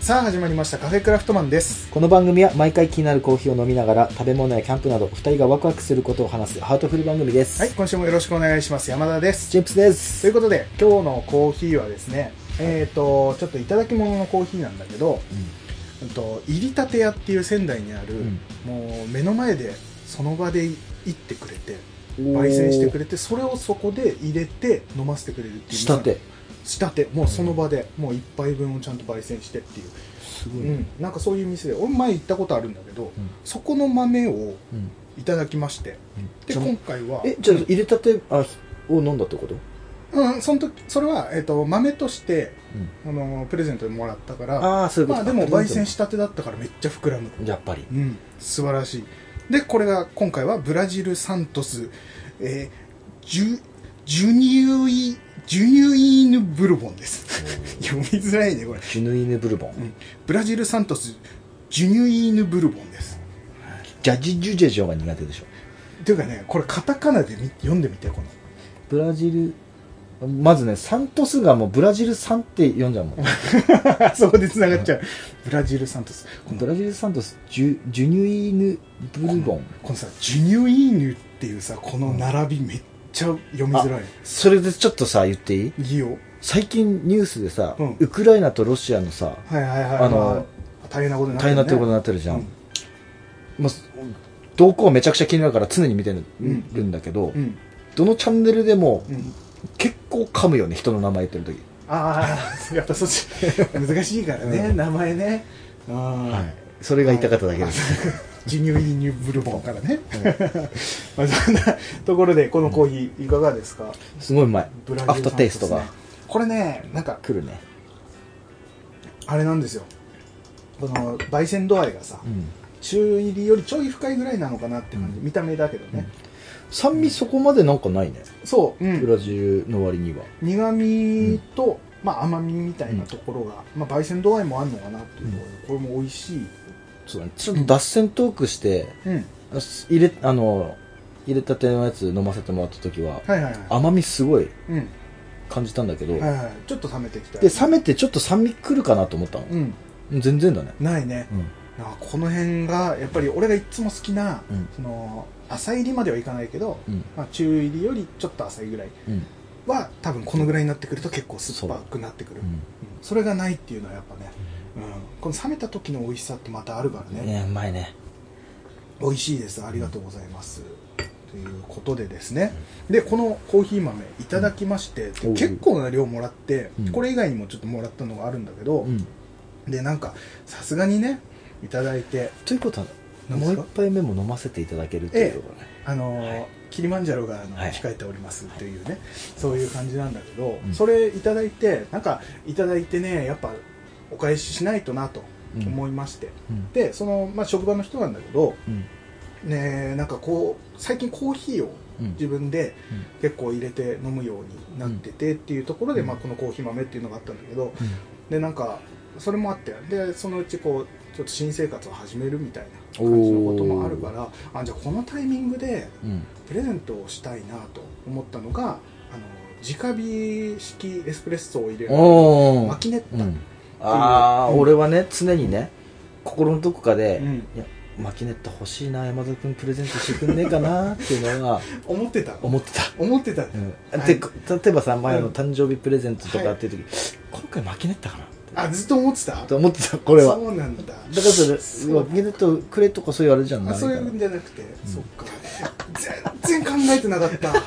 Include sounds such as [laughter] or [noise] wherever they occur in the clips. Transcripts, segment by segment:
さあ始まりましたカフェクラフトマンですこの番組は毎回気になるコーヒーを飲みながら食べ物やキャンプなど2人がワクワクすることを話すハートフル番組ですはい今週もよろしくお願いします山田ですチップスでといすうことで今日のコーヒーはですねえっ、とちょっといただき物のコーヒーなんだけど、うんと入りたて屋っていう仙台にある、うんもう目の前でその場で行ってくれておー焙煎してくれてそれをそこで入れて飲ませてくれるっていう仕立て仕立てもうその場で、もう一杯分をちゃんと焙煎してっていう、すうごいねん、なんかそういう店で俺前行ったことあるんだけど、うんそこの豆をうんいただきましてでじゃあ今回はえじゃあ入れたてあを飲んだってことうん、その時それは、えっと豆として、うあのプレゼントでもらったからああそういうこまとあかでも焙煎したてだったからめっちゃ膨らむやっぱりうん素晴らしいでこれが今回はブラジルサントス、えー、ジュジュニュイジュニュイーヌブルボンです読みづらいねこれジュヌイヌブルボン、うんブラジルサントスジュニュイーヌブルボンですジャジジュジェジョが苦手でしょっていうかねこれカタカナでみ読んでみてこの [laughs] ブラジルまずねサントスがもうブラジル産って読んじゃうもんそこでつながっちゃうブラジルサントスこのブラジルサントスジュジュニュイヌブルボンこのさジュニュイーヌっていうさこの並びめっちゃ読みづらいそれでちょっとさ言っていいいいよ最近ニュースでさ、うんウクライナとロシアのさはいはいはいあのあ大変なことにな大変なってことにななってるじゃん、うんまあ、動向めちゃくちゃ気になるから常に見てる,、うんん、だけど、うんどのチャンネルでもうん結構噛むよね人の名前言ってる時ああ [laughs] やっぱそっち難しいからね、うん名前ねはそれが痛かっただけです、ジュニュイーニュブルボンからね、 [laughs] まあそんなところでこのコーヒーいかがですか、すごいうまいブラジルアフターテイストが産ですねこれねなんか来るね、あれなんですよこの焙煎度合いがさ、うん中入りよりちょい深いぐらいなのかなって感じ、うん見た目だけどね、酸味そこまでなんかないね、そう、うんブラジルの割には苦味と、まあ、甘みみたいなところが、まあ、焙煎度合いもあるのかなっていうところで、これも美味しい、そうだねちょっと脱線トークして、うん、あす入れあの入れたてのやつ飲ませてもらった時は、はいはいはい、甘みすごいうん感じたんだけど、はいはい、ちょっと冷めてきたで冷めてちょっと酸味くるかなと思ったの、うん全然だねないね、うんなんかこの辺がやっぱり俺がいつも好きな、うんその浅入りまではいかないけど、うんまあ、中入りよりちょっと浅いぐらいうんは多分このぐらいになってくると結構酸っぱくなってくるううんんそれがないっていうのはやっぱね、うん、この冷めた時の美味しさってまたあるからねねうまいね美味しいですありがとうございます、ということでですねでこのコーヒー豆いただきまして、うん結構な量もらって、うんこれ以外にもちょっともらったのがあるんだけど、うんでなんかさすがにねいただいてということは何でもうす一か杯目も飲ませていただけるっていうところねあのーキリマンジャロがあの、はい控えておりますというね、そういう感じなんだけど、うんそれいただいてなんかいただいてねやっぱお返ししないとなと思いまして、うんでその、まあ、職場の人なんだけど、うんね、なんかこう最近コーヒーをうん自分でうん結構入れて飲むようになっててっていうところで、うんまあ、このコーヒー豆っていうのがあったんだけどうんでなんかそれもあってでそのうちこうちょっと新生活を始めるみたいなおー感じのこともあるからあじゃあこのタイミングでうんプレゼントをしたいなと思ったのがあの直火式エスプレッソを入れるおマーキネッタ、うんああうん俺はね常にね心のどこかでうんいやマキネッタ欲しいな山田君プレゼントしてくんねえかなっていうのは思ってた思ってた思ってた、うんはいでこ例えばさ前うのん誕生日プレゼントとかっていう時今回マキネッタかなってあずっと思ってたと思ってたこれはそうなんだだからそれそううわゲネットくれとかそういうあれじゃないあそういうんじゃなくて、そっか全然考えてなかったっ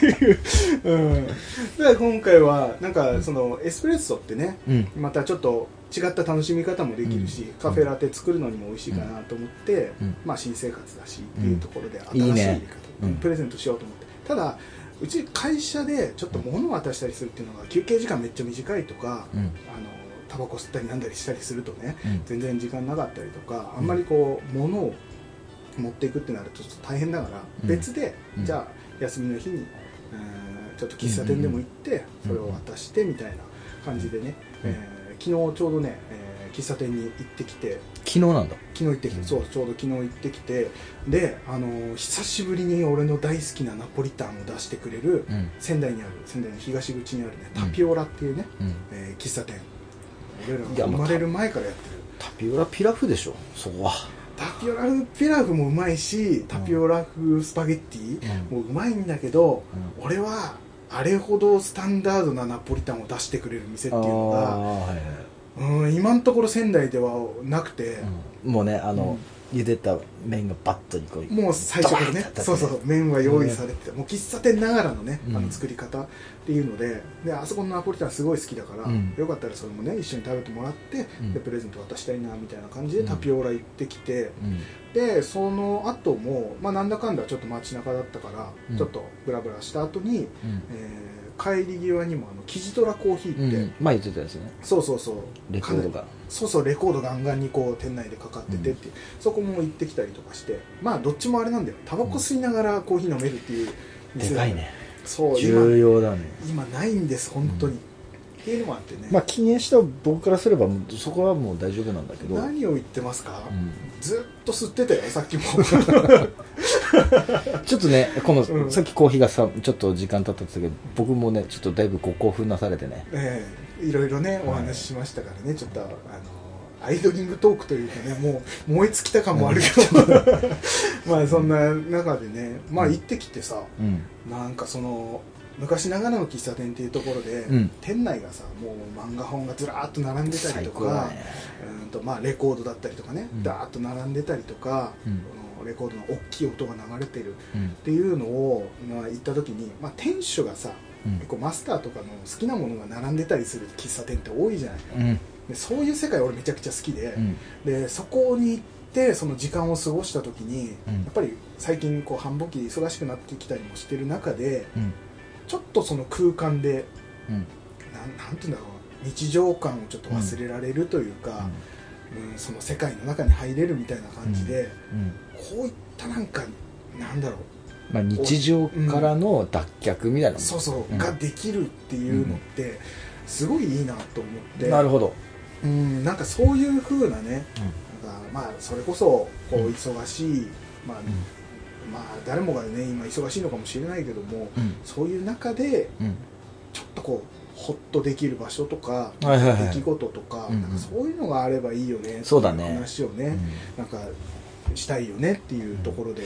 ていう、うん、だから今回はなんかそのエスプレッソってねうんまたちょっと違った楽しみ方もできるし、うんカフェラテ作るのにも美味しいかなと思って、うんまあ新生活だしっていうところでうんいい新しい入ねれ方、うんプレゼントしようと思ってただうち会社でちょっと物を渡したりするっていうのが休憩時間めっちゃ短いとか、うんあのタバコ吸ったりなんだりしたりするとね、うん全然時間なかったりとかあんまりこう物を持っていくってなるとちょっと大変だから、うん別で、うんじゃあ休みの日に、うんちょっと喫茶店でも行って、うんそれを渡してみたいな感じでね、うんえー昨日ちょうどね、えー喫茶店に行ってきて昨日なんだ昨日行ってきて、うんそうちょうど昨日行ってきてで、あのー久しぶりに俺の大好きなナポリタンを出してくれる、うん仙台にある仙台の東口にあるねうんタピオラっていうね、うんえー喫茶店、え俺らがいや生もうまれる前からやってるタピオラピラフでしょそこはタピオラフピラフもうまいしタピオラフスパゲッティうんもううまいんだけど、う俺はあれほどスタンダードなナポリタンを出してくれる店っていうのあーがはいはいうん今のところ仙台ではなくて、もうねあの、茹でた麺がバッとにこうもう最初からドバーンねってやったそうそう麺は用意されてて、もう喫茶店ながらのね、うんあの作り方っていうのでであそこのナポリタンすごい好きだから、うんよかったらそれもね一緒に食べてもらって、うんでプレゼント渡したいなみたいな感じでうんタピオラ行ってきて、うんでその後もまあなんだかんだちょっと街中だったから、うんちょっとブラブラした後に、うんえー帰り際にもあのキジトラコーヒーって、うん、前言ってたやつねそうそうそうレコードがそうそうレコードガンガンにこう店内でかかっててって、そこも行ってきたりとかしてまあどっちもあれなんだよタバコ吸いながらコーヒー飲めるっていうでだかいねそう重今要だね今ないんです本当に、うっていうのもあってね、まあ禁煙した僕からすればもうそこはもう大丈夫なんだけど、うん何を言ってますか、ちずっと吸ってたよさっ [laughs] きもょっとねこの、うんさっきコーヒーがさちょっと時間経ってたけど僕もねちょっとだいぶご興奮なされてねええいろいろねお話ししましたからね、ちょっとあのアイドリングトークというかねもう燃え尽きた感もあるけど [laughs] まあそんな中でねまあ行ってきてさ、うんなんかその昔ながらの喫茶店っていうところで、うん店内がさもう漫画本がずらーっと並んでたり最と高か、だねうーんとまあ、レコードだったりとかね、うんだーっと並んでたりとか、うんそのレコードの大きい音が流れてるっうんていうのを、まあ、行った時に、まあ、店主がさうんこうマスターとかの好きなものが並んでたりする喫茶店って多いじゃないうんでそういう世界俺めちゃくちゃ好きで,、うんでそこに行ってその時間を過ごした時に、うんやっぱり最近こう繁忙期で忙しくなってきたりもしてる中で、うんちょっとその空間でうんなんなんていうんだろう日常感をちょっと忘れられるというか、うんその世界の中に入れるみたいな感じで、うんこういったなんかなんだろうまあ、日常からの脱却みたいなもんそうそう、んができるっていうのってすごいいいなと思って、なるほど、うん、なんかそういう風なねなんかまあそれこそこううん忙しい、まあまあ誰もがね今忙しいのかもしれないけどもうんそういう中でうんちょっとこうホッとできる場所とかはいはいは出い来事とか,、うんうんなんかそういうのがあればいいよねそうだねってい話をね、なんかしたいよねっていうところで、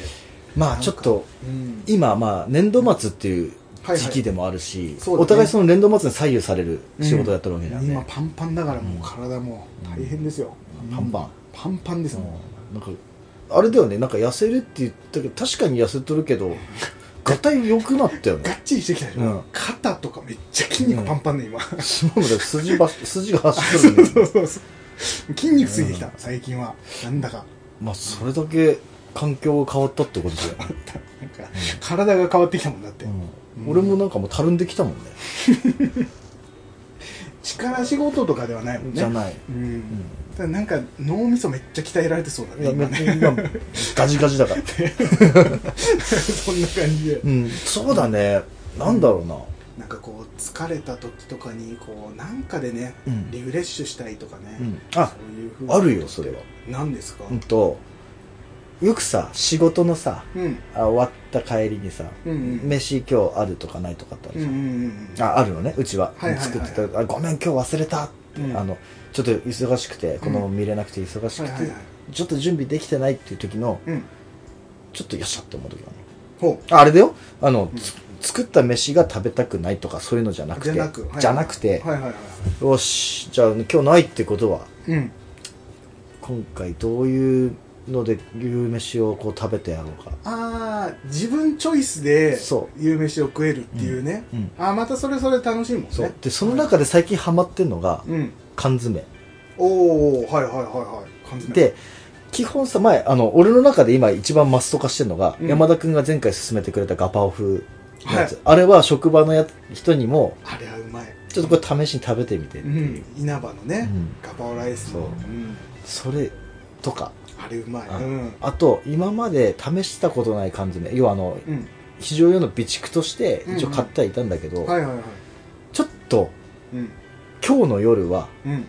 まあちょっとうん、今まあ年度末っていうはいはい時期でもあるし、そうだねお互いその年度末に左右される仕事やってるわけじゃんね、今パンパンだからもう体も大変ですよ、うんパンパンパンパンですもん、なんかあれだよねなんか痩せるって言ったけど確かに痩せとるけ [laughs] どがたい良くなったよがねっちりしてきたでしょ、うん肩とかめっちゃ筋肉パンパンね今、そうだよ筋ば筋が走っとるね [laughs] そうそうそう筋肉ついてきた、最近はなんだかまあそれだけ環境が変わったってことだよね、なんか体が変わってきたもんだって、うん俺もなんかもうたるんできたもんね力仕事とかではないもんねじゃないうん、ただなんか脳みそめっちゃ鍛えられてそうだいねや今別ねに今ガジガジだ [laughs] から、 [laughs] そんな感じでうん、そうだねなんだろうな、なんかこう疲れた時とかにこうなんかでね、うんリフレッシュしたいとかね、うんあそういうふうあるよそれは何ですかうんとよくさ仕事のさうんあ終わった帰りにさ、うんうん飯今日あるとかないとかってあうるんうじゃん、んああるのねうちは,、はいはいはいはい作ってたあごめん今日忘れたって、うんあのちょっと忙しくてこのまま見れなくて忙しくて、はいはいはいちょっと準備できてないっていう時のうんうんちょっとよっしゃって思う時なのほああれだよあの、うんつ作った飯が食べたくないとかそういうのじゃなくてじゃなくはいじゃなくてうはいはいはいはよしじゃあ今日ないってことはいうん今回どういうので夕飯をこう食べてやろうかああ自分チョイスでそ夕飯を食えるっていうね、うんうんああまたそれそれ楽しいもんねそうでその中で最近ハマってんのがうん缶詰おおはいはいはいはい缶詰で基本さ前あの俺の中で今一番マスト化してるのが、うん山田君が前回勧めてくれたガパオ風のやつ、はあれは職場のや人にもあれはうまい、ちょっとこれ試しに食べてみてってういう、ん、稲葉のね、うんガパオライスの、そうんそれとかあれうまいあうんあと今まで試したことない缶詰要はあのうん非常用の備蓄として一応買ってはいたんだけど、はいはいはいちょっとうん今日の夜はうん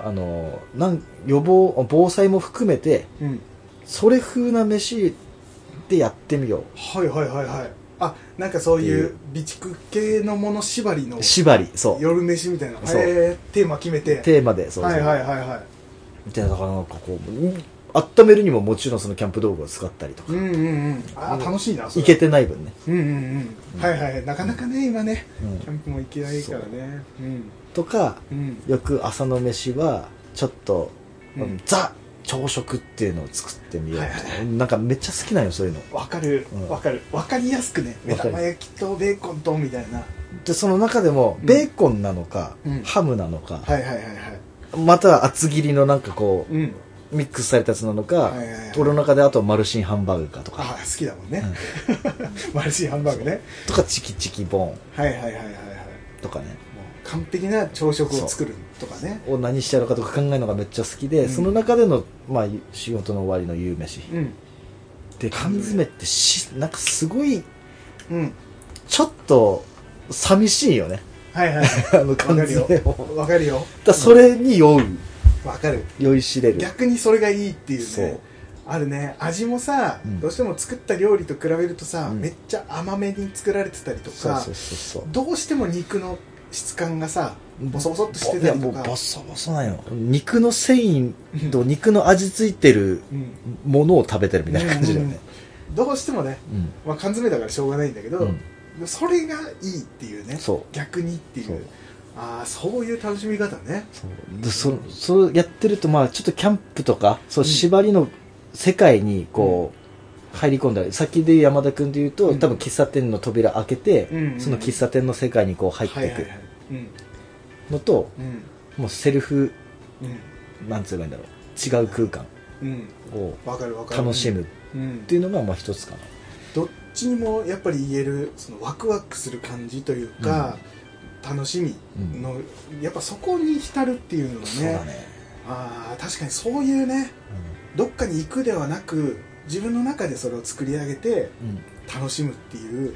あのなん予防防災も含めてうんそれ風な飯でやってみようはいはいはいはいあなんかそういってい備う蓄系のもの縛りの縛りそう夜飯みたいなそうへーテーマ決めてテーマでそうそうはいはいはいはいでだからなんかこうん温めるにももちろんそのキャンプ道具を使ったりとかうんうんうんあー楽しいなそいれけてない分ねうんうんうんはいはいなかなかね今ねうんキャンプも行けないからねうんとかうんよく朝の飯はちょっと、うんうんザ朝食っていうのを作ってみようはいはいなんかめっちゃ好きなんよそういうのわかるうんわかるわかりやすくね目わかる玉焼きとベーコンとみたいなでその中でもうんベーコンなのか、うんハムなのか、はいはいはいはいまたは厚切りのなんかこう、うんミックスされたやつなのか、はいはいはい俺の中であとはマルシンハンバーグかとかああ好きだもんね [laughs] マルシーハンバーグねとかチキチキボーンはいはいはいはいはいとかねもう完璧な朝食を作るとかねを何してやろうかとか考えるのがめっちゃ好きで、うんその中での、まあ、仕事の終わりの夕飯、うんで缶詰ってしなんかすごいうんちょっと寂しいよね [laughs] はいはいあの缶わかる詰よをだかわかるよらそれに酔うわかる酔いしれる逆にそれがいいっていうそねうあるね味もさ、うんどうしても作った料理と比べるとさ、うんめっちゃ甘めに作られてたりとそうかそうそうそうどうしても肉の質感がさボソボソっとしてたりといやもかうボソボソなんよ肉の繊維と肉の味付いてるうんものを食べてるみたいな感じだよね、どうしてもね、うんまあ、缶詰だからしょうがないんだけど、それがいいっていうねそう逆にっていそううああそういう楽しみ方ねそうでそそうやってるとまあちょっとキャンプとかそううん縛りの世界にこう、入り込んだり先で山田君で言うと、うん多分喫茶店の扉開けて、うんうんうんその喫茶店の世界にこう入っていはいくはいはいうんのと、うんもうセルフうんなんつえばいいんだろう違う空間うんをわかるわかる楽しむっうんていうのがまあ一つかな、どっちにもやっぱり言えるそのワクワクする感じというか、楽しみの、やっぱそこに浸るっていうのがそうねだね、あー確かにそういうねどっかに行くではなく自分の中でそれを作り上げてうんうん楽しむっていううん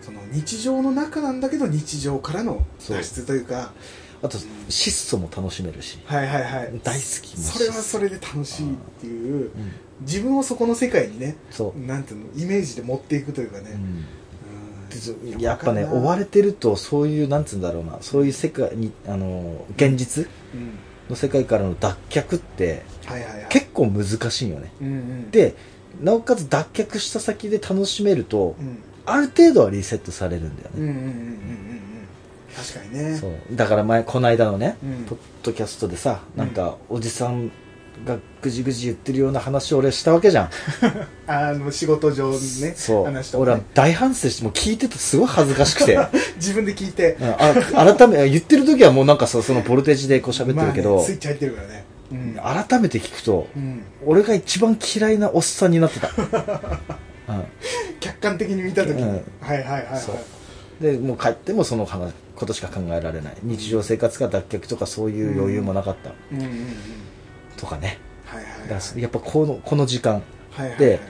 その日常の中なんだけど日常からのそう脱出というかあと質素も楽しめるし、はいはいはい大好きもそれはそれで楽しいっていううん、自分をそこの世界にねそう、なんていうのイメージで持っていくというかね、うんうんでずやっぱね追われてるとそういうなんつうんだろうなそういう世界にあの現実うんの世界からの脱却ってはいはいはい結構難しいんよねうんうん、でなおかつ脱却した先で楽しめるとうん、ある程度はリセットされるんだようんうんうんうんね、うんうん確かにねそうだから前この間のね、うんポッドキャストでさなんかおじさんがぐじぐじ言ってるような話を俺したわけじゃん、あの仕事上ねそう話と俺か、はね、大反省してもう聞いててすごい恥ずかし [laughs] くて自分で聞いてうんあ改め言ってる時はもうなんかさそのボルテージでこう喋ってるけまど、あねスイッチ入ってるからねうん、改めて聞くとうん、俺が一番嫌いなおっさんになってた、う客観的に見た時、うんはいはいはいはいそうん、でもう帰ってもその話ことしか考えられない日常生活が脱却とかそういう余裕もなかった、うんうんうんとかねはいはいだはかいらやっぱこのこの時間はいはいはいで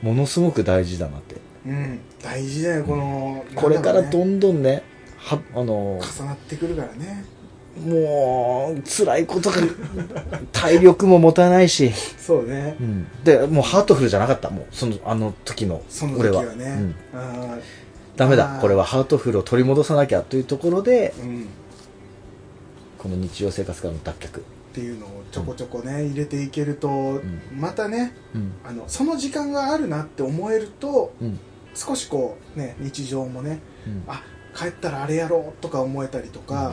ものすごく大事だなってうん、大事だよこの、これからなんだろうどんどんねはあのね重なってくるからねもう辛いことが体力も持たないしそうねうんでもうハートフルじゃなかったもうそのあの時のその時俺ははねうん、あダメあだーこれはハートフルを取り戻さなきゃというところでーうんっこの日常生活からの脱却、ていうのをちょこちょこね入れていけると、んまたねうんあのその時間があるなって思えるとうん少しこうね日常もねあ帰ったらあれやろうとか思えたりとか、うん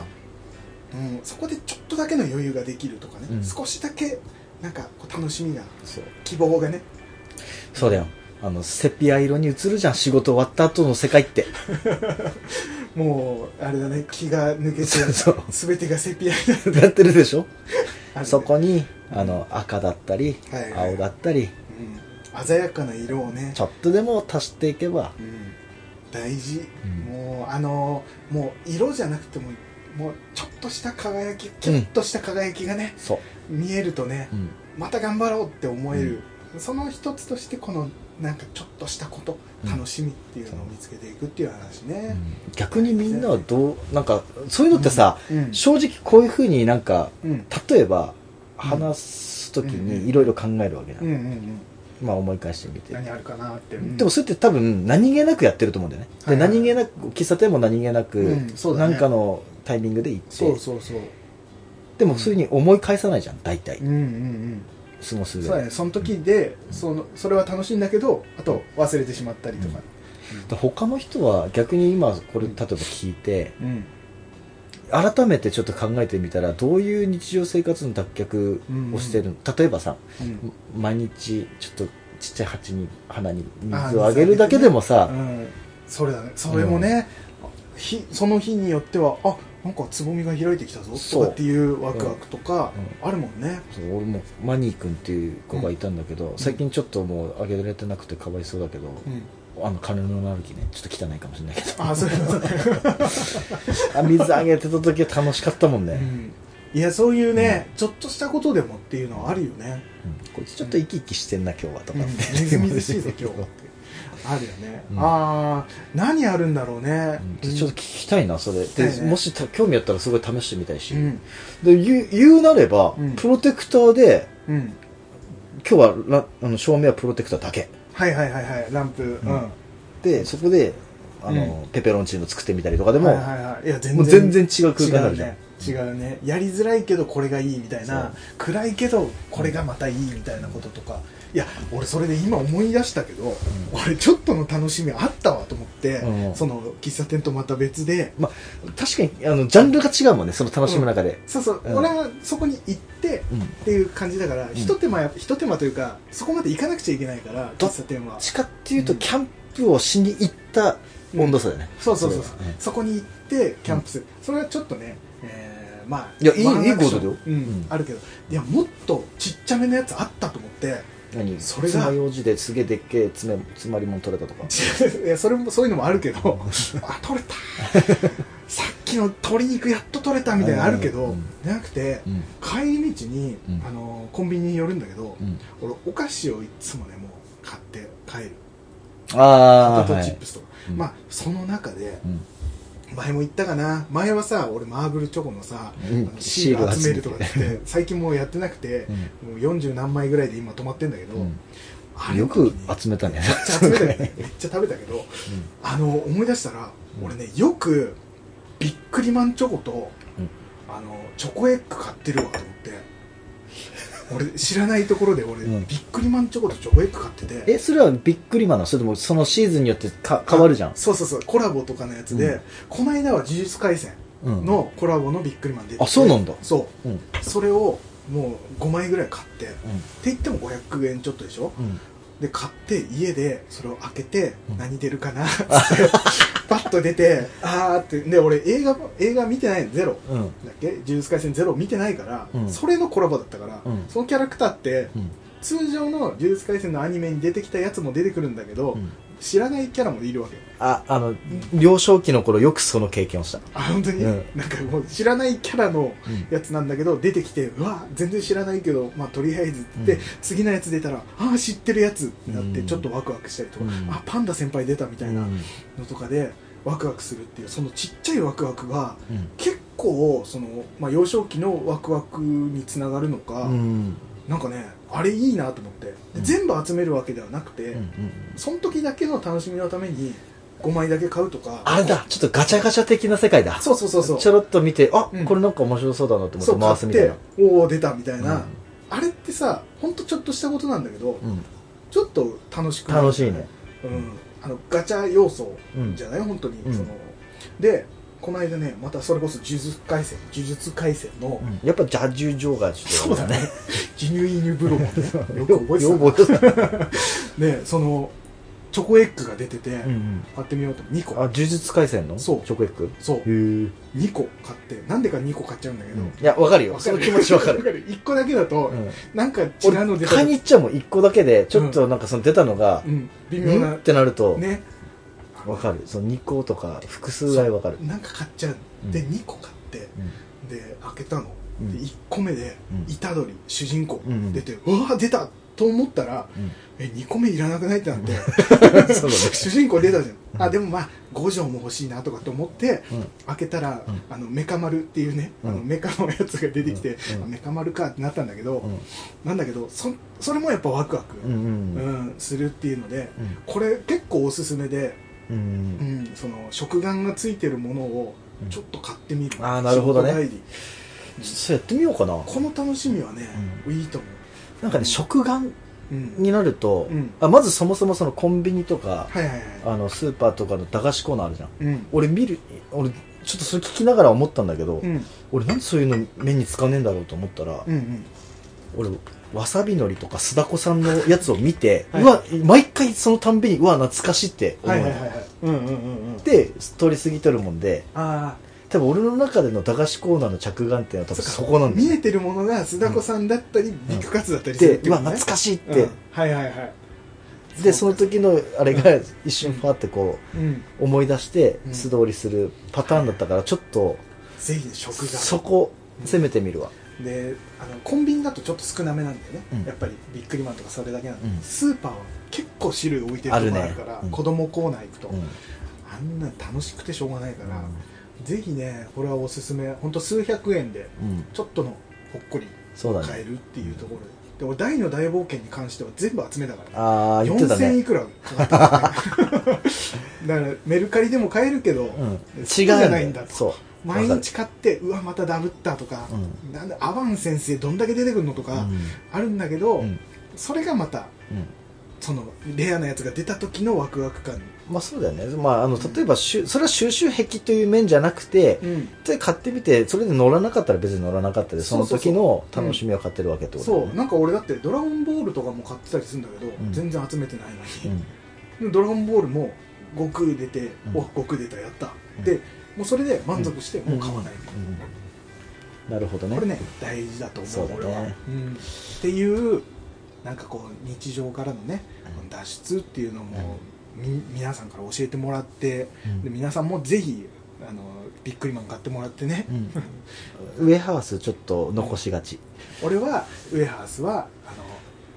そこでちょっとだけの余裕ができるとかね、うん少しだけなんかこう楽しみがそう希望がねそうだよあのセピア色に映るじゃん仕事終わった後の世界ってもうあれだね気が抜けそう [laughs] そうて全てがセピアになるやってるでしょあるねそこにあの赤だったりはいはい青だったりうん、鮮やかな色をねち、ょっとでも足していけばうん、大事、うんもうあのもう色じゃなくてももうちょっとした輝きキュッとした輝きがね、そう、見えるとねうんまた頑張ろうって思える、その一つとしてこのなんかちょっとしたこと、うん楽しみっていうのを見つけていくっていう話ね、逆にみんなはどうなんかそういうのってさ、うんうん正直こういうふうになんかうん、例えば話す時にいろいろ考えるわけだ、うんうんうんまあ思い返してみて。何あるかなって、でもそれって多分何気なくやってると思うんだよね。はで、いはい何気なく、喫茶店も何気なく、うんそうだなねんかのタイミングで行って、そうそうそうでもそういうふうに思い返さないじゃん、大体うん。うん過ごすうん上そうだで。ねその時でそのそれは楽しいんだけどあと忘れてしまったりとか他の人は逆に今これ例えば聞いて、うん改めてちょっと考えてみたら、どういう日常生活の脱却をしてるの、例えばさ、うん毎日ちょっとちっちゃい鉢に花にあ水をあげるだけでもさ、うんそれだねそれもね、ひその日によってはあなんかつぼみが開いてきたぞそうとかっていうワクワクとかあるもんね、そう俺もマニー君っていう子がいたんだけど、最近ちょっともうあげられてなくてかわいそうだけど、うんあの金のなる木ねちょっと汚いかもしれないけあそういうことねどあ水あげてた時は楽しかったもんね、ううんんいやそういうね、ちょっとしたことでもっていうのはあるよね、こいつちょっと生き生きしてんな今日はとうん、かみずみずしいぞ今日ってあるよね、うんああ何あるんだろうね、うんちょっと聞きたいなそれ、だよでねもした興味あったらすごい試してみたいし、うんで言う言うなれば、うんプロテクターでうん今日はラあの照明はプロテクターだけはいはいはいはいランプうん、うんでそこであの、ペペロンチーノ作ってみたりとかでも、はいはいはいいや全もう然全然違う空間になるじゃん、違うね違うねやりづらいけどこれがいいみたいな暗いけどこれがまたいいみたいなこととかいや俺それで今思い出したけど、俺ちょっとの楽しみあったわと思って、うんその喫茶店とまた別でまあ、確かにあのジャンルが違うもんねその楽しむ中で、そうそう、うん俺はそこに行ってうんっていう感じだから、ひと手間やひと手間というかそこまで行かなくちゃいけないからど喫茶店は地下っていうと、うんキャンプをしに行った温度差だよね、そうそうそうそそうれはねそこに行ってキャンプする、それはちょっとね、えーまあいやいいワンアクションいいことだようんうんあるけどいやもっとちっちゃめのやつあったと思って [laughs] 何それが爪楊枝ですげえでっけえ爪詰まりもん取れたとかいやそれもそういうのもあるけど [laughs] あ取れたさっきの鶏肉やっと取れたみたいなのあるけど、うんじゃなくて、うん帰り道に、うんあのーコンビニに寄るんだけど、うん俺お菓子をいつもねもう買って帰るポああテトはチッいプスとか、うんまあその中で、うん前も言ったかな前はさ俺マーブルチョコのさ、うんあのシール集めるとかっシール集て最近もうやってなくて、もう40何枚ぐらいで今止まってんだけど、うんあれよの時にく集めたねめっちゃ集めたよねめっちゃ食べたけどあの思い出したら俺ねよくビックリマンチョコと、うんあのチョコエッグ買ってるわと思って俺知らないところで俺、うんビックリマンチョコとチョコエッグ買っててえそれはびっくりマンなのそれともそのシーズンによってか変わるじゃんそうそうそうコラボとかのやつで、うんこの間は「呪術廻戦」うんのコラボのビックリマン出ててあそうなんだそうんうんうそれをもう5枚ぐらい買ってって言っても500円ちょっとでしょうんで買って家でそれを開けてうん何出るかなっつってパッと出てあーってで俺映画映画見てないのゼロうんだっけ「呪術廻戦ゼロ見てないから、うんそれのコラボだったから、うんそのキャラクターってうん通常の「呪術廻戦」のアニメに出てきたやつも出てくるんだけど、うん知らないキャラもいるわけよああの幼少期の頃よくその経験をしたあ本当に、うんなんかもう知らないキャラのうんやつなんだけど出てきてうわ全然知らないけど、まあ、とりあえずって、うん次のやつ出たらああ知ってるやつってなってうんちょっとワクワクしたりとか、うんあパンダ先輩出たみたいなのとかでワクワクするっていうそのちっちゃいワクワクがうん結構その、まあ、幼少期のワクワクにつながるのか、うんなんかねあれいいなと思って、でうん全部集めるわけではなくて、うんうんその時だけの楽しみのために5枚だけ買うとかあれだちょっとガチャガチャ的な世界だそうそうそうそうちょろっと見てあ、うんこれなんか面白そうだなと思っそてう買回っすみたいてなおお出たみたいな、うんあれってさほんとちょっとしたことなんだけどうんちょっと楽しくなる楽しいね、うん、あのガチャ要素うんじゃない本当に、うんそのでこの間ねまたそれこそ呪術廻戦呪術廻戦の、やっぱジャッジュ・ジョーがちょっとそうだねジニュイニュブロモンですよくよく覚覚えてたなえてたでそのチョコエッグが出てて、うんうん買ってみようと2個あ呪術廻戦のそうチョコエッグそうへ2個買ってなんでか2個買っちゃうんだけど、えいやわかる [laughs] よわその気持ちわかる、る1個だけだと、うん、なんか違うの出俺た買いりに行っちゃうもん1個だけでちょっとなんかその出たのがう、ん、微う妙んなってなるとねわかるその2個とか複数台わかるなんか買っちゃう、うんで2個買ってで開けたの、うんで1個目でうん虎杖主人公うんうん出て、うわー出たっと思ったら、え2個目いらなくないってなって [laughs] そうだね [laughs] 主人公出たじゃんあでもまあ5錠も欲しいなとかと思って、うん開けたら、うんあのメカ丸っていうね、あのうんメカのやつが出てきて、うんあメカ丸かってなったんだけど、うんなんだけどそそれもやっぱワクワク、うんうんうんうんするっていうのでこれ結構おすすめで、うんうんうん、その食玩がついてるものをちょっと買ってみる、うんあーなるほどね仕事帰りちょっとそれやってみようかなこの楽しみはね、いいと思なんかね食玩う、うん、になると、うんあまずそもそもそのコンビニとか、はいはいはいあのスーパーとかの駄菓子コーナーあるじゃんうん俺見る俺ちょっとそれ聞きながら思ったんだけど、うん俺なんでそういうの目につかねえんだろうと思ったら、うんうん俺わさびのりとか須田子さんのやつを見て、はいうわ毎回そのたんびにうわ懐かしいって思はういの、はいはいはいうんうんうんうんで通り過ぎとるもんであ多分俺の中での駄菓子コーナーの着眼点はあ多分そこなんだ見よえてるものが須田子さんだったり、ビッグカツだったりするでっ、ていううわね懐かしいっうんて、はいはいはいでその時のあれが一瞬パーってこうんう思い出してうん素通りするパターンだったからちょっとぜひね食玩そこ攻めてみるわであのコンビニだとちょっと少なめなんだよね、うんやっぱりビックリマンとかそれだけなんで、うんスーパーは結構種類置いてるところああるるねからうん子供コーナー行くと、うんあんな楽しくてしょうがないから、ぜひねこれはおすすめ本当数百円でうんちょっとのほっこりそうだ買えねるっていうところで,、で俺大の大冒険に関しては全部集めたから、ああ言ってた4000いねくらか [laughs] かったからねだからメルカリでも買えるけど、うん違う好きじゃないんだとそう毎わか日買ってうわまたダブったとか、うなんでアバン先生どんだけ出てくるのとるかあるんだけど、うんうんそれがまたうんそのレアなやつが出た時のワクワク感、まあそうだよね、まあ、あの例えばしゅ、それは収集癖という面じゃなくて、で買ってみてそれで乗らなかったら別に乗らなかったでそのそう時のそうそう楽しみを買ってるわけってことだそようねなんか俺だって「ドラゴンボール」とかも買ってたりするんだけど、ん全然集めてないのに、ドラゴンボールも悟空出てう「んお悟空出たやった」うんでもうそれで満足してうんもう買わない、うんうんなるほどねこれね大事だと思うそうだね俺は、うんっていうなんかこう日常からのね脱出っていうのも、み皆さんから教えてもらって、うんで皆さんもぜひあのビックリマン買ってもらってね、うんウェハースちょっと残しがち、俺はウェハースはあの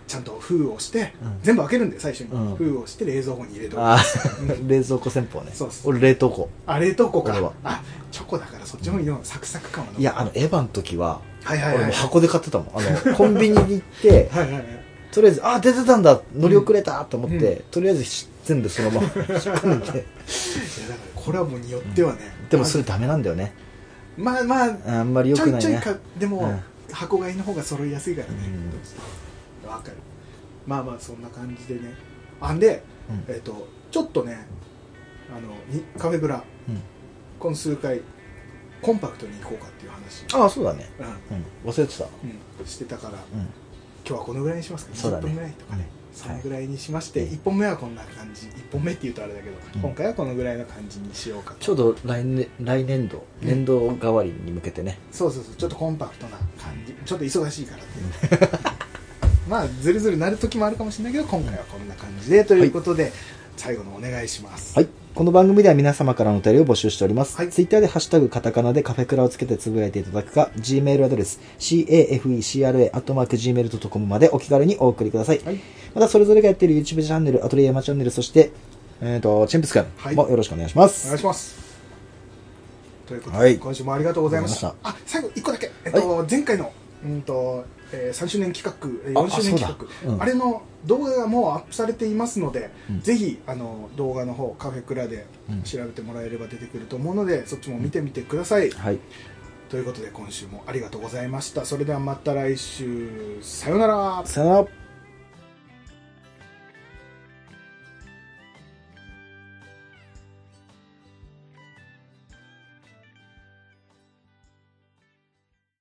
ちゃんと封をして、うん全部開けるんで最初に、うん封をして冷蔵庫に入れとくああ [laughs] ー冷蔵庫戦法ねそうそう俺冷凍庫冷凍庫俺はかあチョコだからそっちの方のサクサク感は残るいやあのエヴァの時ははいはい俺はもいう箱で買ってたもんあのコンビニに行 [laughs] ってはいはいはいとりあえずあ出てたんだ乗り遅れたと思って、うとりあえずし全部そ [laughs] のまま引っ込んでいやだからこれはもうによってはね、でもそれダメなんだよねまあまああんまり良ちょくいないちょいねかでも、う箱買いの方が揃いやすいからねうんどうしてわ、かるまあまあそんな感じでねあんで、うんえっとちょっとねあのにカフェブラうん今数回コンパクトに行こうかっていう話、ああそうだね、ううん、忘れてた、んうん、してたから今う日はこのぐらいにしますかそうだね10分ぐらいとかね、んそのぐらいにしまして、はい1本目はこんな感じ1本目って言うとあれだけど、うん今回はこのぐらいの感じにしようかとちょうど来年来年度うん年度代わりに向けてね、そうそうそうちょっとコンパクトな感じちょっと忙しいからっていう [laughs] まあずるずるなる時もあるかもしれないけど今回はこんな感じでということで、最後のお願いしますはい。この番組では皆様からのお便りを募集しております。はいツイッターでハッシュタグカタカナでカフェクラをつけてつぶやいていただくか、Gmail アドレス、cafecra.gmail.com までお気軽にお送りください。はいまたそれぞれがやっている YouTube チャンネル、アトリエ山チャンネル、そして、えっ、と、チェンプスは君いもよろしくお願いします。お願いしますということで、はい今週もありがとうございましたありあ最後1個だけ、えっと前回の、うんとえー3周年企画えーあ4周年企あそ画うだあ,、うんれの動画がもうアップされていますので、うんぜひあの動画の方カフェクラでうん調べてもらえれば出てくると思うので、そっちも見てみてください、はい。ということで今週もありがとうございましたそれではまた来週さようならさよなら。